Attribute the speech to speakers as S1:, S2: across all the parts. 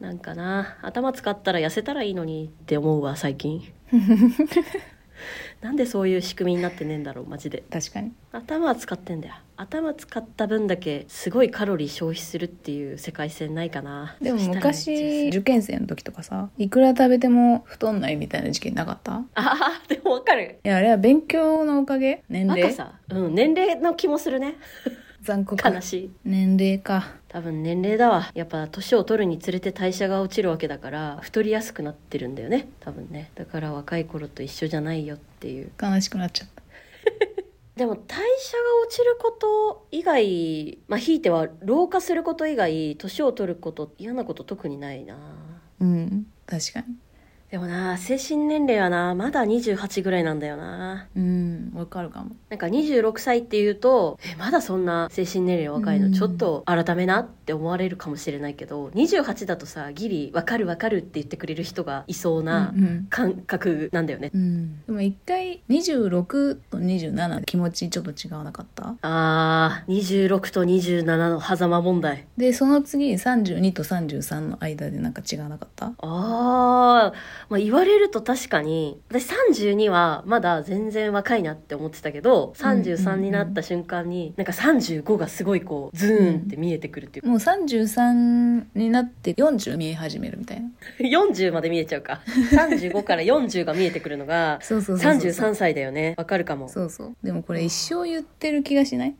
S1: なんかな頭使ったら痩せたらいいのにって思うわ最 近なんでそういう仕組みになってねえんだろうマジで
S2: 確かに
S1: 頭は使ってんだよ頭使った分だけすごいカロリー消費するっていう世界線ないかな
S2: でも
S1: そしたら
S2: 昔受験生の時とかさいくら食べても太んないみたいな時期なかった
S1: ああでもわかる
S2: いやあれは勉強のおかげ年
S1: 若
S2: 齢
S1: さうん年齢の気もするね
S2: 残酷
S1: 悲しい
S2: 年齢か
S1: 多分年齢だわやっぱ年を取るにつれて代謝が落ちるわけだから太りやすくなってるんだよね多分ねだから若い頃と一緒じゃないよっていう
S2: 悲しくなっちゃった
S1: でも代謝が落ちること以外まあひいては老化すること以外年を取ること嫌なこと特にないな
S2: うん確かに
S1: でもな精神年齢はなまだ28ぐらいなんだよな
S2: うんわかるかも
S1: なんか26歳っていうとえまだそんな精神年齢若いの、
S2: うん
S1: ちょっと改めなって思われるかもしれないけど28だとさギリ「わかるわかる」って言ってくれる人がいそうな
S2: うんうん
S1: 感覚なんだよね、
S2: うん、でも一回26と27気持ちちょっと違わなかった
S1: あー26と27の狭間問題
S2: でその次32と33の間でなんか違わなかった
S1: あー、まあ、言われると確かに私32はまだ全然若いなって思ってたけど33になった瞬間に、なんか35がすごいこうズーンって見えてくるっていう、
S2: もう33になって40見え始めるみたいな
S1: 40まで見えちゃうか35から40が見えてくるのが
S2: そうそうそうそう
S1: 33歳だよねわかるかも
S2: そうそうでもこれ一生言ってる気がしない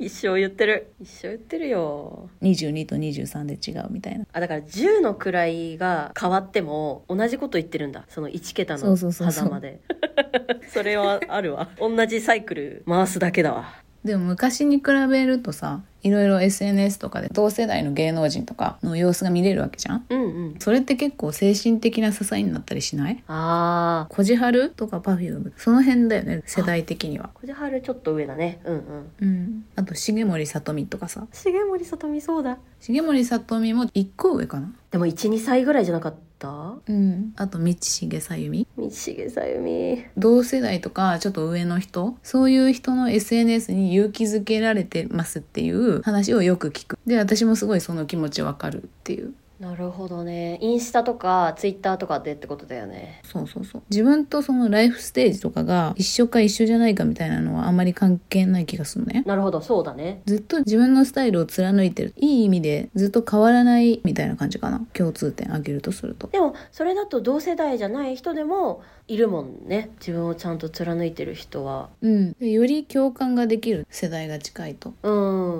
S1: 一生言ってる一生言ってるよ
S2: 22と23で違うみたいな
S1: あだから10の位が変わっても同じこと言ってるんだその1桁
S2: そ
S1: の
S2: うそうそうそう
S1: 狭間で それはあるわ同じサイクル回すだけだわ
S2: でも昔に比べるとさいろいろ SNS とかで同世代の芸能人とかの様子が見れるわけじゃん
S1: うんうん
S2: それって結構精神的な支えになったりしない
S1: ああ
S2: こじはるとかパフュームその辺だよね世代的には
S1: 小じはるちょっと上だねうんうん
S2: うんあと重森さとみとかさ
S1: 重森さとみそうだ
S2: 重森さとみも1個上かな
S1: でも12歳ぐらいじゃなかった
S2: うんあと道重さゆみ
S1: 道重さゆみ
S2: 同世代とかちょっと上の人そういう人の SNS に勇気づけられてますっていう話をよく聞くで私もすごいその気持ちわかるっていう
S1: なるほどねインスタとかツイッターとかでってことだよね
S2: そうそうそう自分とそのライフステージとかが一緒か一緒じゃないかみたいなのはあんまり関係ない気がするね
S1: なるほどそうだね
S2: ずっと自分のスタイルを貫いてるいい意味でずっと変わらないみたいな感じかな共通点挙げるとすると
S1: でもそれだと同世代じゃない人でもいるもんね自分をちゃんと貫いてる人は
S2: うんでより共感ができる世代が近いと
S1: う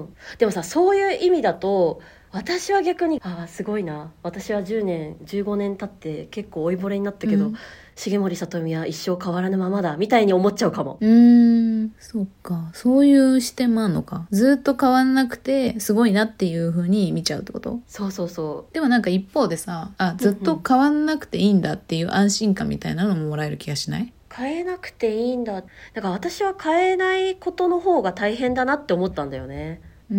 S1: んでもさそういう意味だと私は逆にああすごいな私は10年15年経って結構老いぼれになったけど、
S2: うん
S1: 重森さとみは一生変わらぬままだみたいに思っちゃうかも
S2: うーんそうかそういう視点もあんのかずっと変わんなくてすごいなっていう風に見ちゃうってこと
S1: そうそうそう
S2: でもなんか一方でさあずっと変わんなくていいんだっていう安心感みたいなのももらえる気がしない
S1: 変えなくていいんだだから私は変えないことの方が大変だなって思ったんだよね
S2: うー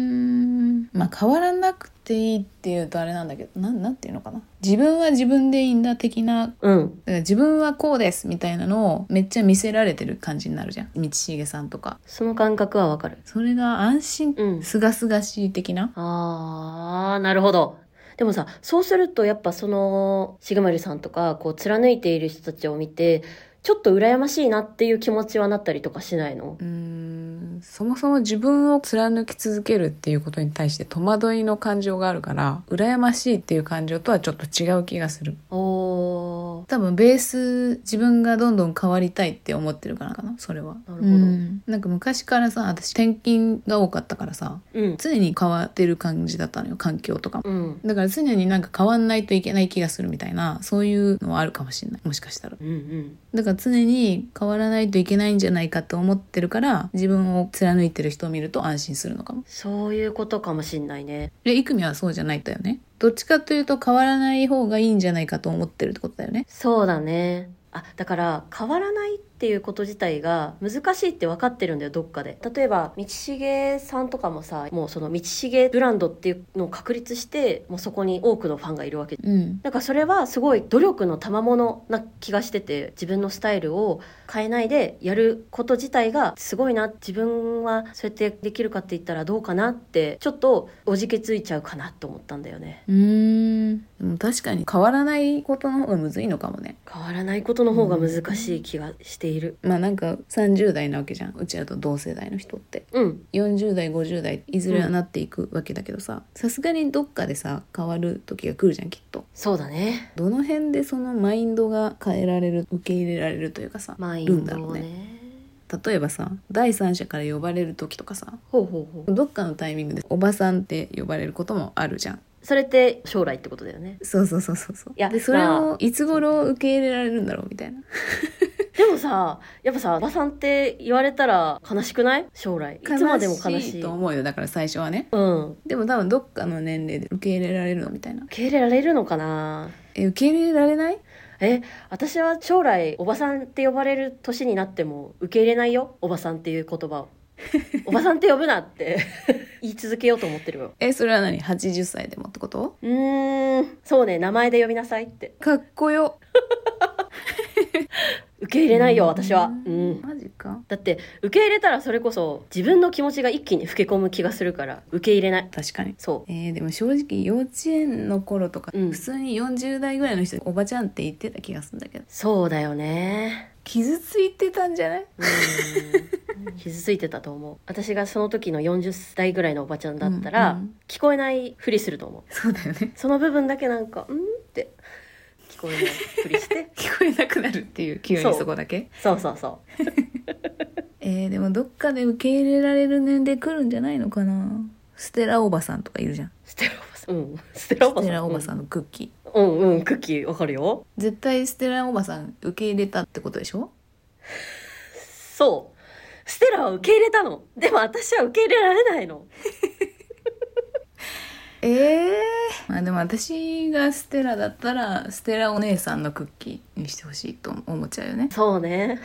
S2: んまあ変わらなくていいっていうとあれなんだけどなんなんていうのかな自分は自分でいいんだ的な
S1: うん
S2: だから自分はこうですみたいなのをめっちゃ見せられてる感じになるじゃん道重さんとか
S1: その感覚はわかる
S2: それが安心
S1: うん
S2: すがすがしい的な
S1: ああ、なるほど。でもさ、そうするとやっぱその、シグマリさんとか、こう、貫いている人たちを見て、ちょっと羨ましいなっていう気持ちはなったりとかしないの
S2: うーんそもそも自分を貫き続けるっていうことに対して戸惑いの感情があるから羨ましいっていう感情とはちょっと違う気がする
S1: おー。
S2: 多分ベース自分がどんどん変わりたいって思ってるからかなそれは
S1: なるほど
S2: うんなんか昔からさ私転勤が多かったからさ
S1: うん。
S2: 常に変わってる感じだったのよ環境とかも
S1: うん。
S2: だから常になんか変わんないといけない気がするみたいなそういうのはあるかもしれないもしかしたら
S1: うんうん。
S2: だから常に変わらないといけないんじゃないかと思ってるから自分を貫いてる人を見ると安心するのかも
S1: そういうことかもしんないね。
S2: でイクミはそうじゃないんだよねどっちかというと変わらない方がいいんじゃないかと思ってるってことだよね
S1: そうだね。あだから変わらないっていうこと自体が難しいって分かってるんだよどっかで例えば道重さんとかもさもうその道重ブランドっていうのを確立してもうそこに多くのファンがいるわけ
S2: うん
S1: なんかそれはすごい努力の賜物な気がしてて自分のスタイルを変えないでやること自体がすごいな自分はそうやってできるかって言ったらどうかなってちょっとおじけついちゃうかなと思ったんだよね
S2: うーんでも確かに変わらないことの方がむずいのかもね
S1: 変わらないことの方が難しい気がしている
S2: まあなんか30代なわけじゃんうちらと同世代の人って
S1: うん
S2: 40代50代いずれはなっていくわけだけどささすがにどっかでさ変わる時が来るじゃんきっと
S1: そうだね
S2: どの辺でそのマインドが変えられる受け入れられるというかさ
S1: マイ
S2: いるん
S1: ン
S2: だ
S1: ド
S2: ろ
S1: を
S2: う
S1: ね
S2: ね例えばさ第三者から呼ばれる時とかさ
S1: ほうほうほう
S2: どっかのタイミングでおばさんって呼ばれることもあるじゃん
S1: それって将来ってことだよね
S2: そうそうそうそうそう
S1: いや
S2: でそれ
S1: ま
S2: をいつ頃受け入れられるんだろうみたいな
S1: でもさやっぱさおばさんって言われたら悲しくない将来いつまでも悲しい
S2: と思うよだから最初はね
S1: うん受
S2: でも多分どっかの年齢で受け入れられるのみたいな
S1: け入れられるのかな
S2: え受け入れられない
S1: え私は将来おばさんって呼ばれる年になっても受け入れないよおばさんっていう言 葉をおばさんって呼ぶなって 言い続けようと思ってるよ
S2: えそれは何80歳でもってこと
S1: うーんそうね名前で呼びなさいって
S2: かっこよ
S1: 受け入れないよ私はうん
S2: マジか
S1: だって受け入れたらそれこそ自分の気持ちが一気に老け込む気がするから受け入れない
S2: 確かに
S1: そう
S2: えー、でも正直幼稚園の頃とか、
S1: うん
S2: 普通に40代ぐらいの人おばちゃんって言ってた気がするんだけど
S1: そうだよね
S2: 傷ついてたんじゃないう
S1: ーん傷ついてたと思う私がその時の40代ぐらいのおばちゃんだったら、
S2: うんうん
S1: 聞こえないふりすると思う
S2: そうだよね
S1: その部分だけなんか「ん?」って聞こえないふりして
S2: 聞こえなくなるっていう急に
S1: そう
S2: そこだけ
S1: そうそうそ
S2: えー、でもどっかで受け入れられる年齢来るんじゃないのかなステラおばさんとかいるじゃん
S1: うステラおばさんうんステラおばさ
S2: ス
S1: ん
S2: テラおばさんのクッキー、
S1: うんうん、うん、クッキーわかるよ
S2: 絶対ステラおばさん受け入れたってことでしょ
S1: そうステラは受け入れたのでも私は受け入れられないの
S2: ええまあでも私がステラだったらステラお姉さんのクッキーにしてほしいと思っちゃうよね
S1: そうね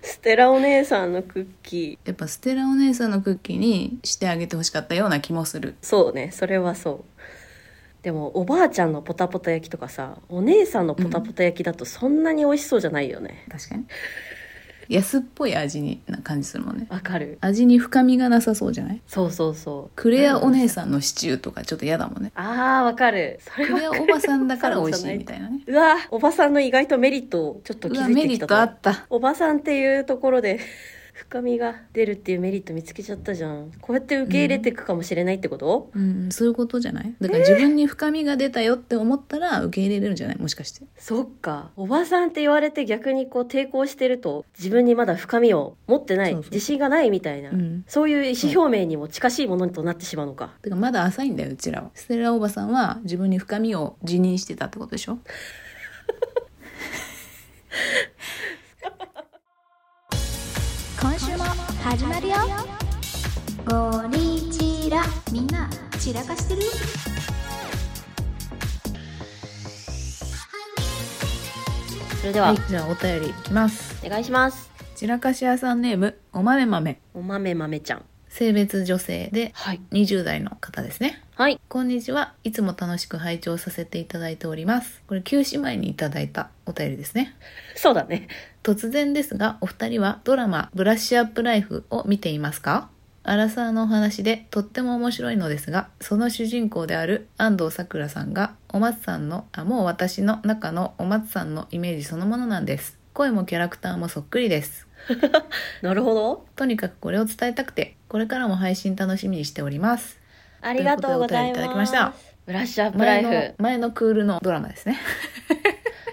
S1: ステラお姉さんのクッキー
S2: やっぱステラお姉さんのクッキーにしてあげてほしかったような気もする
S1: そうねそれはそうでもおばあちゃんのポタポタ焼きとかさお姉さんのポタポタ焼きだとそんなに美味しそうじゃないよね
S2: 確かに安っぽい味にな感じするもんね
S1: わかる
S2: 味に深みがなさそうじゃない
S1: そうそうそう
S2: クレアお姉さんのシチューとかちょっと嫌だもんね
S1: あーわかるそれ
S2: ク
S1: は
S2: レアおばさんだから美味しいみたいなね
S1: うわおばさんの意外とメリットをちょっと
S2: う
S1: 気
S2: わ
S1: づ
S2: メ
S1: いて
S2: リ
S1: きた
S2: ットあ
S1: ぞ
S2: った
S1: おばさんっていうところで深みが出るっていうメリット見つけちゃったじゃんこうやって受け入れていくかもしれないってこと、
S2: うんそういうことじゃないだから自分に深みが出たよって思ったら受け入れれるんじゃないもしかして
S1: そっかおばさんって言われて逆にこう抵抗してると自分にまだ深みを持ってない
S2: そうそう
S1: 自信がないみたいな、
S2: うん
S1: そういう意思表明にも近しいものとなってしまうのか
S2: てかまだ浅いんだようちらはステラおばさんは自分に深みを辞任してたってことでしょ
S3: 今週も始まるよゴリチラみんな散らかしてる
S1: それでは、
S2: はいじゃあお便りいきます
S1: お願いします
S2: 散らかし屋さんネームおまめまめ
S1: お豆豆ちゃん
S2: 性別女性で
S1: はい
S2: 20代の方ですね
S1: はい
S2: こんにちはいつも楽しく拝聴させていただいておりますこれ休止前にいただいたお便りですね
S1: そうだね
S2: 突然ですがお二人はドラマ「ブラッシュアップライフ」を見ていますかアラサーのお話でとっても面白いのですがその主人公である安藤サクラさんがお松さんのあもう私の中のお松さんのイメージそのものなんです声もキャラクターもそっくりです
S1: なるほど
S2: とにかくこれを伝えたくてこれからも配信楽しみにしております
S1: ありがとうござい
S2: ということでお便りいただき
S1: ま
S2: ますした
S1: ブラッシュアップラ
S2: 前
S1: イ
S2: の
S1: フ
S2: 前のクールのドラマですね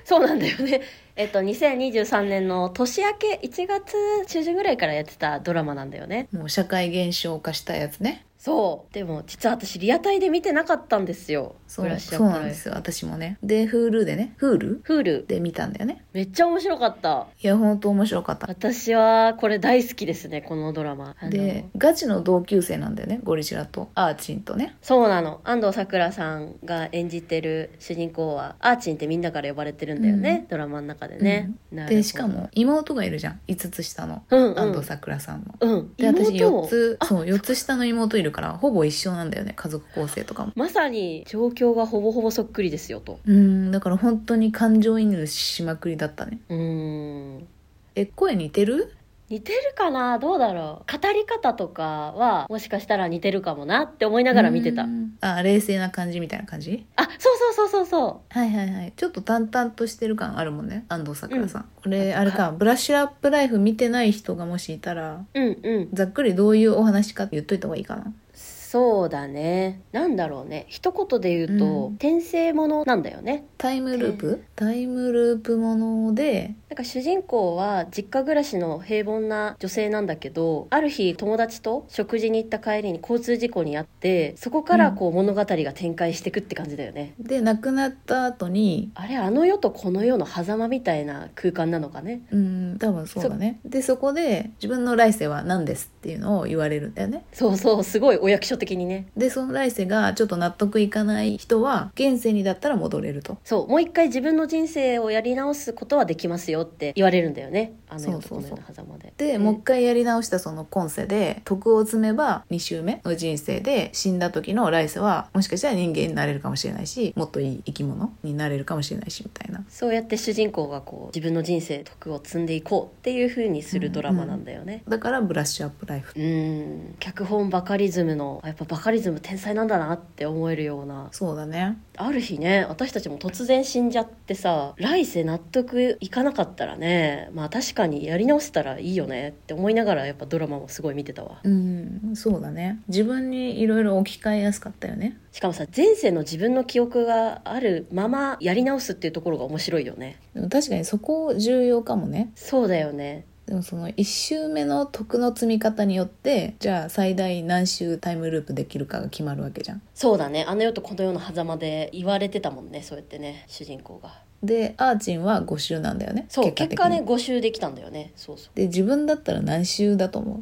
S1: そうなんだよね。 えっと、2023年の年明け1月中旬ぐらいからやってたドラマなんだよね。
S2: もう社会現象化したやつね
S1: そうでも実は私リアタイで見てなかったんですよ
S2: そ
S1: ブラ
S2: う
S1: ッシュ
S2: そう
S1: アッ
S2: な
S1: プ
S2: ん
S1: ライ
S2: で
S1: フ
S2: すよ私もねで Hulu でね Hulu
S1: Hulu
S2: で見たんだよね
S1: めっちゃ面白かった
S2: いや本当面白かった
S1: 私はこれ大好きですねこのドラマあの
S2: でガチの同級生なんだよねゴリチラとアーチンとね
S1: そうなの安藤サクラさんが演じてる主人公はアーチンってみんなから呼ばれてるんだよね、ドラマの中でね、なるほど
S2: でしかも妹がいるじゃん5つ下の
S1: うんうん
S2: 安藤サクラさん
S1: う
S2: の。
S1: ん
S2: で私
S1: 妹
S2: 4
S1: も
S2: つそう4つ下の妹いるからほぼ一緒なんだよね家族構成とかも。
S1: まさに状況がほぼほぼそっくりですよと
S2: うんだから本当に感情移入しまくりだったね。
S1: うーん
S2: え声似てる
S1: 似てるかなどうだろう語り方とかはもしかしたら似てるかもなって思いながら見てた
S2: うんあ冷静な感じみたいな感じ
S1: あそうそうそうそうそ
S2: はいはいはいちょっと淡々としてる感あるもんね安藤サクラさん、これあれか「ブラッシュアップライフ」見てない人がもしいたら
S1: ううんうん
S2: ざっくりどういうお話か言っといた方がいいかな
S1: そうだねなんだろうね一言で言うと、
S2: うん
S1: 転生ものなんだよね
S2: タイムループタイムループもので
S1: なんか主人公は実家暮らしの平凡な女性なんだけどある日友達と食事に行った帰りに交通事故に遭ってそこからこう物語が展開していくって感じだよね、
S2: で亡くなった後に
S1: あれあの世とこの世の狭間みたいな空間なのかね
S2: うん多分そうだねでそこで自分の来世は何ですっていうのを言われるんだよね
S1: そうそうすごいお役所的にね
S2: でその来世がちょっと納得いかない人は現世にだったら戻れると
S1: そうもう一回自分の人生をやり直すことはできますよって言われるんだよねあの世とこの世の狭間で
S2: で、
S1: ね
S2: もう一回やり直したその今世で徳を積めば2周目の人生で死んだ時の来世はもしかしたら人間になれるかもしれないしもっといい生き物になれるかもしれないしみたいな
S1: そうやって主人公がこう自分の人生徳を積んでいこうっていう風にするドラマなんだよね、
S2: だからブラッシュアップライフ
S1: うーん脚本バカリズムのあやっぱバカリズム天才なんだなって思えるような
S2: そうだね
S1: ある日ね私たちも突然死んじゃってさ来世納得いかなかったらねまあ確かにやり直せたらいいよねって思いながらやっぱドラマもすごい見てたわ
S2: うんそうだね自分にいろいろ置き換えやすかったよね
S1: しかもさ前世の自分の記憶があるままやり直すっていうところが面白いよね
S2: でも確かにそこ重要かもね
S1: そうだよね
S2: でもその1周目の徳の積み方によってじゃあ最大何周タイムループできるかが決まるわけじゃん
S1: そうだねあの世とこの世の狭間で言われてたもんねそうやってね主人公が
S2: でアーチンは5周なんだよね
S1: そう
S2: 的に
S1: 結果ね5周できたんだよねそうそう
S2: で自分だったら何周だと思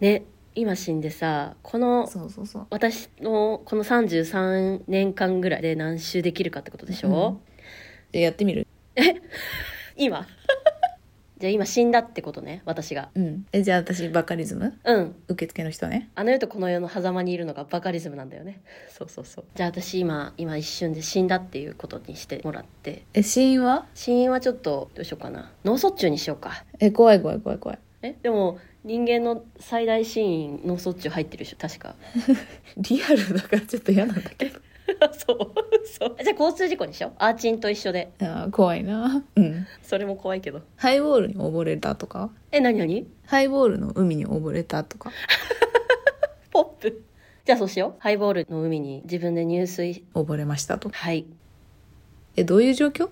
S2: う
S1: ね今死んでさこの
S2: そうそうそう
S1: 私のこの33年間ぐらいで何周できるかってことでしょ、
S2: でやってみる
S1: 今 じゃあ今死んだってことね私が
S2: うんえじゃあ私バカリズム
S1: うん
S2: 受付の人ね
S1: あの世とこの世の狭間にいるのがバカリズムなんだよねそうそうそうじゃあ私今今一瞬で死んだっていうことにしてもらって
S2: え死因は
S1: 死因はちょっとどうしようかな脳卒中にしようか
S2: え怖い怖い怖い怖い
S1: えでも人間の最大死因脳卒中入ってるでしょ確か
S2: リアルだからちょっと嫌なんだけど
S1: そうそうじゃあ交通事故にしようアーチンと一緒で
S2: あー怖いなうん
S1: それも怖いけど
S2: ハイボールに溺れたとか
S1: え何何
S2: ハイボールの海に溺れたとか
S1: ポップじゃあそうしようハイボールの海に自分で入水
S2: 溺れましたとか
S1: はい
S2: えどういう状況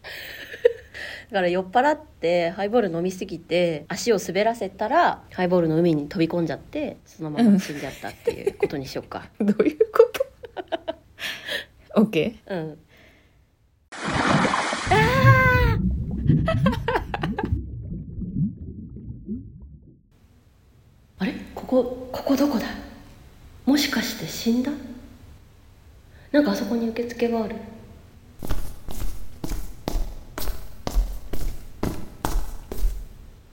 S1: だから酔っ払ってハイボール飲みすぎて足を滑らせたらハイボールの海に飛び込んじゃってそのまま死んじゃったっていうことにしようか
S2: どういうこと ?OK
S1: うんあーあれここここどこだもしかして死んだなんかあそこに受付がある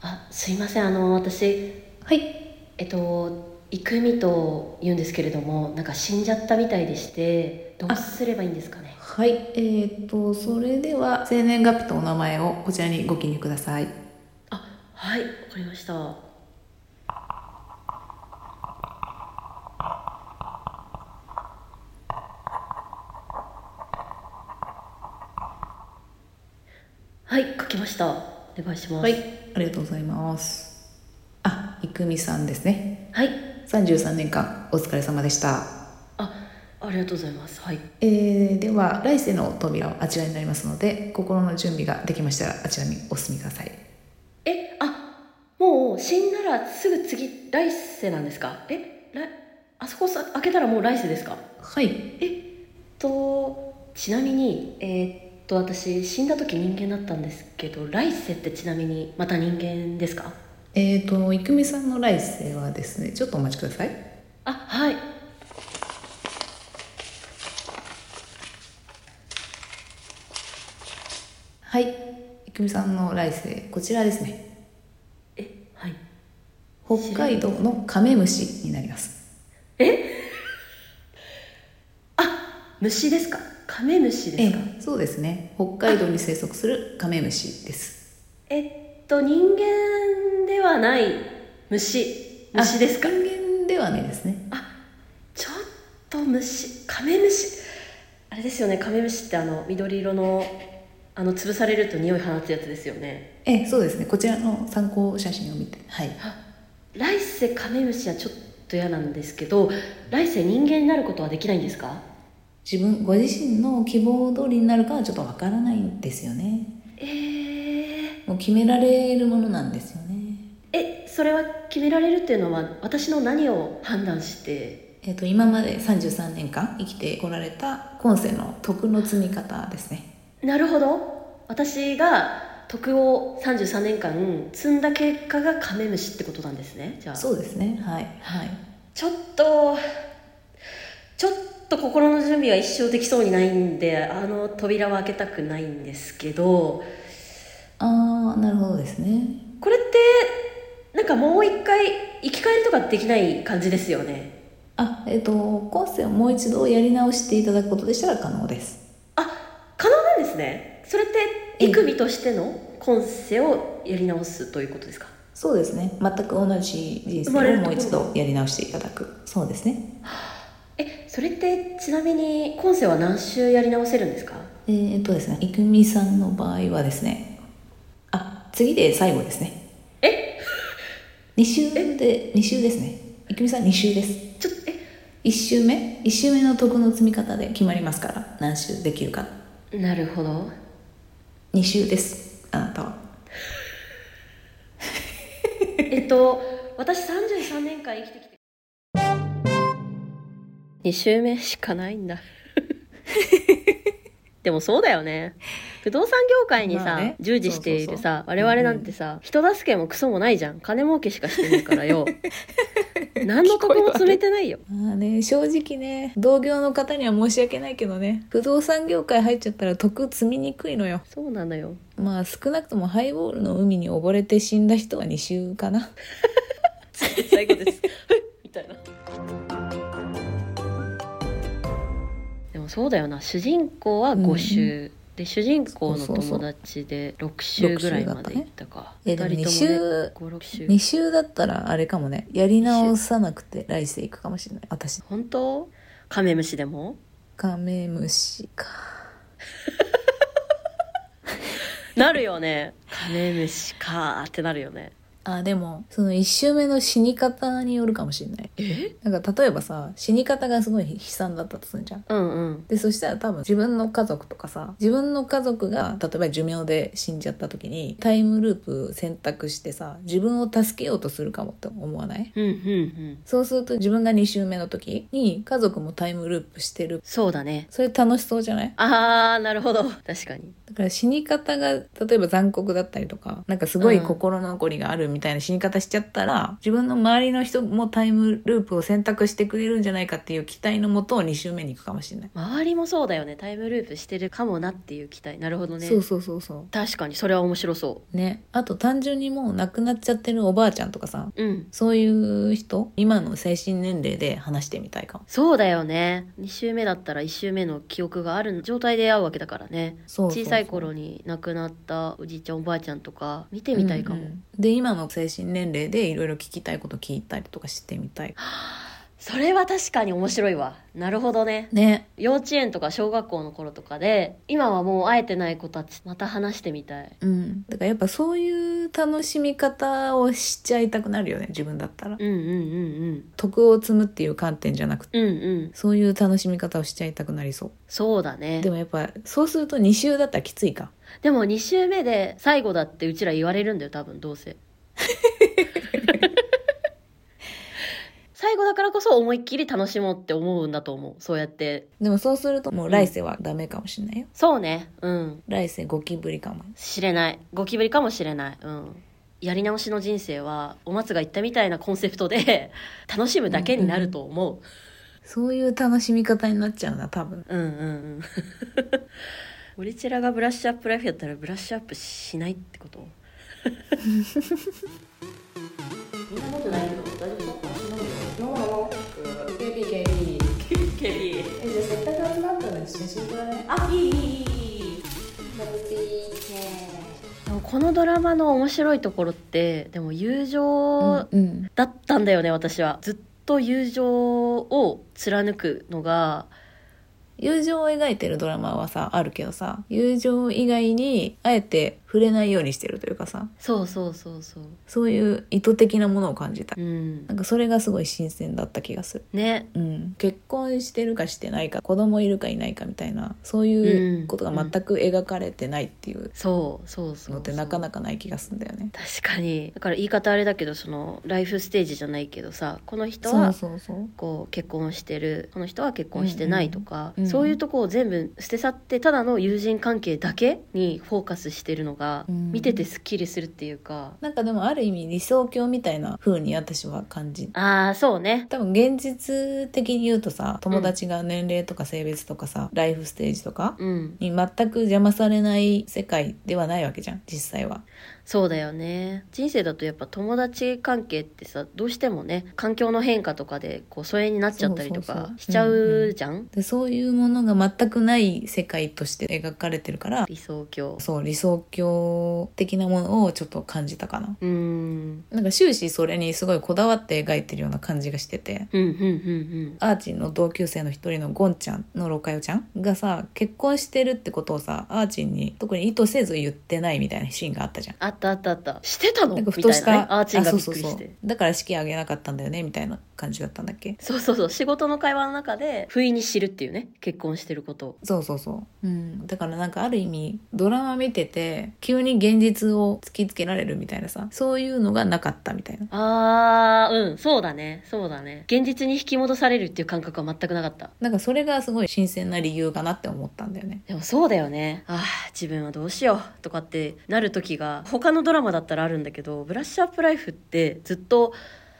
S1: あすいませんあの私はいえっと郁美と言うんですけれどもなんか死んじゃったみたいでしてどうすればいいんですかね
S2: はいえー、っとそれでは生年月日とお名前をこちらにご記入ください
S1: あはいわかりましたはい書きましたお願いします
S2: はい、ありがとうございます。あ、いくみさんですね。
S1: はい
S2: 33年間お疲れ様でした。
S1: あありがとうございますはい
S2: えー、では来世の扉はあちらになりますので、心の準備ができましたらあちらにお進みください。
S1: えあもう死んだらすぐ次来世なんですかえ来こさ開けたらもう来世ですか
S2: はい
S1: とちなみにえーっと私死んだ時人間だったんですけど来世ってちなみにまた人間ですか
S2: えーと郁美さんの来世はですねちょっとお待ちください
S1: あはい
S2: はい郁美さんの来世こちらですね
S1: えはい
S2: 北海道のカメムシになります
S1: 虫ですかカメムシですか
S2: ええそうですね北海道に生息するカメムシです
S1: えっと人間ではない虫虫ですか
S2: あ人間ではないですね
S1: ちょっと虫カメムシあれですよねカメムシってあの緑色のあの潰されると匂い放つやつですよね
S2: ええそうですねこちらの参考写真を見てはい
S1: 来世カメムシはちょっと嫌なんですけど来世人間になることはできないんですか
S2: 自分ご自身の希望通りになるかはちょっとわからないんですよね
S1: えー、
S2: もう決められるものなんですよね
S1: えそれは決められるっていうのは私の何を判断して
S2: えっと今まで33年間生きてこられた今世の徳の積み方ですね
S1: なるほど私が徳を33年間積んだ結果がカメムシってことなんですねじゃあ
S2: そうですねはいはい
S1: ちょっとちょっと心の準備は一生できそうにないんであの扉は開けたくないんですけど
S2: ああなるほどですね
S1: これってなんかもう一回生き返りとかできない感じですよね
S2: あえっ、と今世をもう一度やり直していただくことでしたら可能です
S1: 可能なんですねそれって
S2: ええ
S1: 育美としての今世をやり直すということですか
S2: そうですね全く同じ人
S1: 生まれるところ
S2: 生をもう一度やり直していただくそうですね
S1: えそれってちなみに今世は何週やり直せるんですか
S2: えーっとですね郁美さんの場合はですねあ次で最後ですね
S1: え
S2: 2週で2週ですね郁美さん2週です
S1: ちょっとえ
S2: 1週目1週目の徳の積み方で決まりますから何週できるか
S1: なるほど
S2: 2週ですあなたは
S1: えっと私33年間生きてきて2週目しかないんだ でもそうだよね不動産業界にさ、
S2: まあね
S1: 従事しているさ
S2: そうそうそう
S1: 我々なんてさ、人助けもクソもないじゃん金儲けしかしてないから よ何の得も詰めてないよ
S2: まあね正直ね同業の方には申し訳ないけどね不動産業界入っちゃったら徳積みにくいのよ
S1: そうなのよ
S2: まあ少なくともハイボールの海に溺れて死んだ人は2週かな
S1: 最後です みたいなでもそうだよな主人公は5週、で主人公の
S2: そうそうそ
S1: 友
S2: う
S1: 達で6週ぐらいまでいったか
S2: えでも
S1: 二
S2: 2
S1: 人ともね
S2: 週
S1: 56週
S2: 2週だったらあれかもねやり直さなくて来世行くかもしれない私
S1: 本当カメムシでも
S2: カメムシか
S1: なるよねカメムシかーってなるよね
S2: あでもその1周目の死に方によるかもしれない
S1: え
S2: なんか例えばさ死に方がすごい悲惨だったとするじゃん
S1: うんうん
S2: でそしたら多分自分の家族とかさ自分の家族が例えば寿命で死んじゃった時にタイムループ選択してさ自分を助けようとするかもって思わない
S1: うんうんうん
S2: そうすると自分が2周目の時に家族もタイムループしてる
S1: そうだね
S2: それ楽しそうじゃない
S1: あーなるほど確かに
S2: だから死に方が例えば残酷だったりとかなんかすごい心残りがあるみたいな死に方しちゃったら、自分の周りの人もタイムループを選択してくれるんじゃないかっていう期待のもと2周目に行くかもしれない、
S1: 周りもそうだよねタイムループしてるかもなっていう期待なるほどね
S2: そうそうそうそ
S1: 確かにそれは面白そう
S2: ねあと単純にもう亡くなっちゃってるおばあちゃんとかさ
S1: ううん
S2: そういう人今の精神年齢で話してみたいかも
S1: そうだよね2週目だったら1週目の記憶がある状態で会うわけだからね
S2: そうそうそう
S1: 小さい頃に亡くなったおじいちゃんおばあちゃんとか見てみたいかも、
S2: うんうんで今の精神年齢でいろいろ聞きたいこと聞いたりとかしてみたい
S1: それは確かに面白いわなるほどね
S2: ね
S1: 幼稚園とか小学校の頃とかで今はもう会えてない子たちまた話してみたい
S2: うん、だからやっぱそういう楽しみ方をしちゃいたくなるよね自分だったら、
S1: うんうんうん
S2: 徳を積むっていう観点じゃなくて
S1: うんうんうん
S2: そういう楽しみ方をしちゃいたくなりそ
S1: そうだねで
S2: うで
S1: も
S2: もやっぱそうすると2週だったらきついか
S1: 2週目で最後だってうちら言 われるんだよ多分どうせ最語だからこそ思いっきり楽しもうって思うんだと思う。そうやって。
S2: でもそうするともう来世はダメかもしれないよ。
S1: そうね。うん。
S2: 来世ゴキブリかも。
S1: 知れない。ゴキブリかもしれない。うん。やり直しの人生は、お松が言ったみたいなコンセプトで、楽しむだけになると思う。
S2: そういう楽しみ方になっちゃうな、多分。
S1: うんうんうん。 オリチラがブラッシュアップライフやったらブラッシュアップしないってことみんなことないけど大丈夫そう
S2: え、じゃあせっかく集まったので写真撮らない
S1: あいいいいいいでもこのドラマの面白いところってでも友情
S2: うん。
S1: だったんだよね、私はずっと友情を貫くのが
S2: 友情を描いてるドラマはさ、あるけどさ、友情以外に、あえて触れないようにしてるというかさ、
S1: そうそうそうそう
S2: そういう意図的なものを感じた
S1: う。ん
S2: なんかそれがすごい新鮮だった気がする。
S1: ね
S2: うん、結婚してるかしてないか子供いるかいないかみたいなそういうことが全く描かれてないっていう
S1: そうそうそう
S2: のってなか
S1: か
S2: なかない気がするんだよね。
S1: 確かにだから言い方あれだけどそのライフステージじゃないけどさこの人
S2: そう
S1: は
S2: そうそう。
S1: こう結婚してるこの人は結婚してないとか、
S2: うんうん
S1: そういうとこを全部捨て去ってただの友人関係だけにフォーカスしてるのが、
S2: うん
S1: 見ててすっきりするっていうか
S2: なんかでもある意味理想郷みたいな風に私は感じ
S1: ああそうね
S2: 多分現実的に言うとさ友達が年齢とか性別とかさ、ライフステージとか
S1: うん
S2: に全く邪魔されない世界ではないわけじゃん実際は。
S1: そうだよね人生だとやっぱ友達関係ってさどうしてもね環境の変化とかでこう疎遠になっちゃったりと
S2: そうそう
S1: か
S2: そう
S1: しちゃうじゃん、
S2: でそういうものが全くない世界として描かれてるから
S1: 理想郷
S2: そう理想郷的なものをちょっと感じたかな。
S1: うーん
S2: なんか終始それにすごいこだわって描いてるような感じがしてて。
S1: うんうんうんうん
S2: アーチの同級生の一人のゴンちゃんのロカヨちゃんがさ結婚してるってことをさアーチに特に意図せず言ってないみたいなシーンがあったじゃん。
S1: あったあったあったしてたの
S2: な
S1: み
S2: んか
S1: た
S2: ふと
S1: い
S2: し
S1: な
S2: た、
S1: ねアーチンが
S2: あ
S1: び
S2: そう
S1: っ
S2: そ
S1: く
S2: う
S1: り
S2: そ
S1: し
S2: う
S1: て
S2: だから式あげなかったんだよねみたいな感じだったんだっけ
S1: そうそうそう仕事の会話の中で不意に知るっていうね結婚してることを
S2: そうそうそう、うん、だからなんかある意味ドラマ見てて急に現実を突きつけられるみたいなさそういうのがなかったみたいな
S1: あーうんそうだねそうだね現実に引き戻されるっていう感覚は全くなかった
S2: なんかそれがすごい新鮮な理由かなって思ったんだよね
S1: でもそうだよねあー自分はどうしようとかってなる時が他のドラマだったらあるんだけど「ブラッシュアップライフ」ってずっと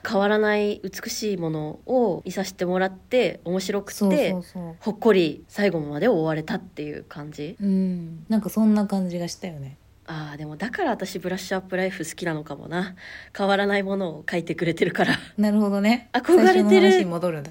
S1: 変わらない美しいものを見させてもらって面白くて
S2: そうそうそう
S1: ほっこり最後まで終われたっていう感じ
S2: うんなんかそんな感じがしたよね
S1: ああでもだから私ブラッシュアップライフ好きなのかもな変わらないものを書いてくれてるから
S2: なるほどね
S1: 憧れてる
S2: 最初の話に戻る んだ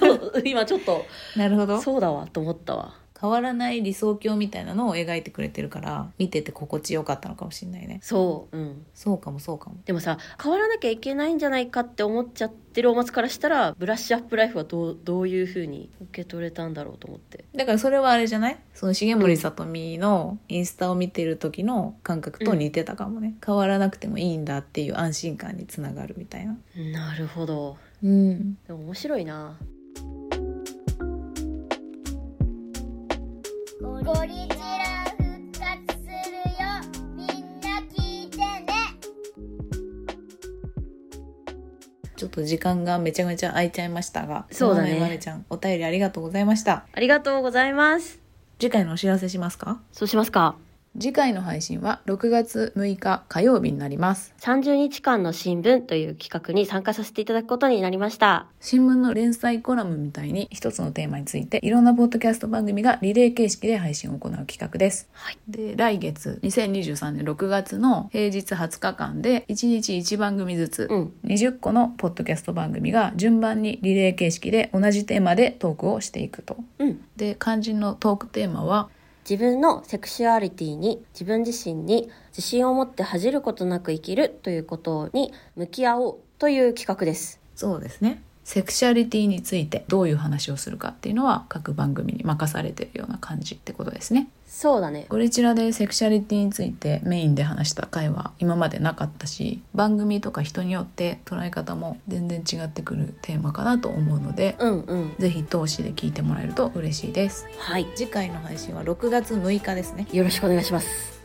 S1: そう今ちょっと
S2: なるほど
S1: そうだわと思ったわ
S2: 変わらない理想郷みたいなのを描いてくれてるから見てて心地よかったのかもしれないね
S1: そううん
S2: そうかもそうかも
S1: でもさ変わらなきゃいけないんじゃないかって思っちゃってるお松からしたらブラッシュアップライフはどうどういうふうに受け取れたんだろうと思って
S2: だからそれはあれじゃないその重森さとみのインスタを見てる時の感覚と似てたかもね、変わらなくてもいいんだっていう安心感につながるみたいな
S1: なるほど
S2: うん
S1: でも面白いな
S3: ゴリチラ復活するよみんな聞いてね
S2: ちょっと時間がめちゃめちゃ空いちゃいましたが
S1: そうだね
S2: まめまめちゃんお便りありがとうございました
S1: ありがとうございます
S2: 次回のお知らせしますか
S1: そうしますか
S2: 次回の配信は6月6日火曜日になります
S1: 30日間の新聞という企画に参加させていただくことになりました
S2: 新聞の連載コラムみたいに一つのテーマについていろんなポッドキャスト番組がリレー形式で配信を行う企画です、
S1: はい
S2: で来月2023年6月の平日20日間で1日1番組ずつ、
S1: うん
S2: 20個のポッドキャスト番組が順番にリレー形式で同じテーマでトークをしていくと
S1: うん
S2: で肝心のトークテーマは
S1: 自分のセクシュアリティに自分自身に自信を持って恥じることなく生きるということに向き合おうという企画です。
S2: そうですねセクシャリティについてどういう話をするかっていうのは各番組に任されてるような感じってことですね
S1: そうだね。
S2: ゴリチラでセクシャリティについてメインで話した回は今までなかったし番組とか人によって捉え方も全然違ってくるテーマかなと思うので
S1: うんうん。
S2: ぜひ投資で聞いてもらえると嬉しいです
S1: はい。
S2: 次回の配信は6月6日ですね
S1: よろしくお願いします。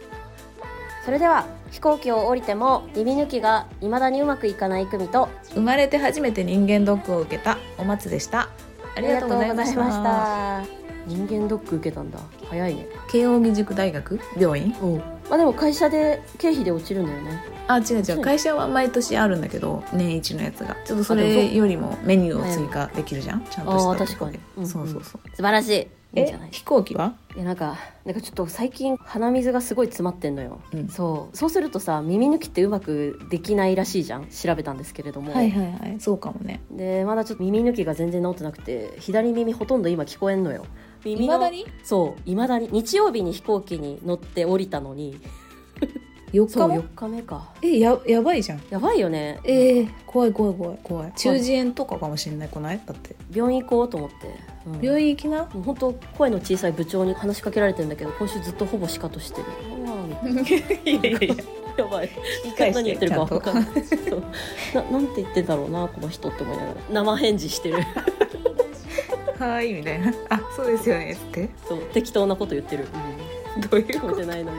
S1: それでは飛行機を降りてもリビ抜きが未だにうまくいかない組と
S2: 生まれて初めて人間ドックを受けたお松でしたあ
S1: あ
S2: りがとうございました
S1: りがとうございまし
S4: 人間ドック受けたんだ早いね
S2: 慶應義塾大学病院
S4: おう
S1: たまあでも会社で経費で落ちるんだよね
S2: あ違う違
S1: う
S2: うん会社は毎年あるんだけど年一のやつがちょっとそ
S4: あでも
S2: れ
S4: そ
S2: よりもメニューを追加できるじゃんちゃんとしたとこ
S1: あー確か
S2: で
S1: にうんうん
S2: そうそうそう
S1: 素晴らしいいいんじ
S2: え
S1: ゃない
S2: 飛行機はい
S1: やなんかなんかちょっと最近鼻水がすごい詰まってんのよ、
S2: うん
S1: そうそうするとさ耳抜きってうまくできないらしいじゃん調べたんですけれども、
S2: はいはいはいそうかもね
S1: でまだちょっと耳抜きが全然治ってなくて左耳ほとんど今聞こえんのよ
S2: い
S1: 耳の
S2: まだに
S1: そういまだに日曜日に飛行機に乗って降りたのに
S2: 4
S1: そ
S2: 日
S1: う
S2: も
S1: 4日目か
S2: えややばいじゃん
S1: やばいよね
S2: えー、怖い怖い怖い怖い中耳炎とかかもしれないこないだって
S1: 病院行こうと思って、うん
S2: 病院行きな
S1: もう本当声の小さい部長に話しかけられてるんだけど今週ずっとほぼシカとしてる
S2: いやいやいや
S1: やばい
S2: 理解して
S1: 何言ってるか分
S2: ち
S1: かん
S2: ゃ
S1: ないそうななんて言ってんだろうなこの人って思いながら生返事してる
S2: はいみたいなあそうですよねって
S1: そう適当なこと言ってる、
S2: どういう
S1: 聞
S2: こ
S1: こえて
S2: と
S1: ないのに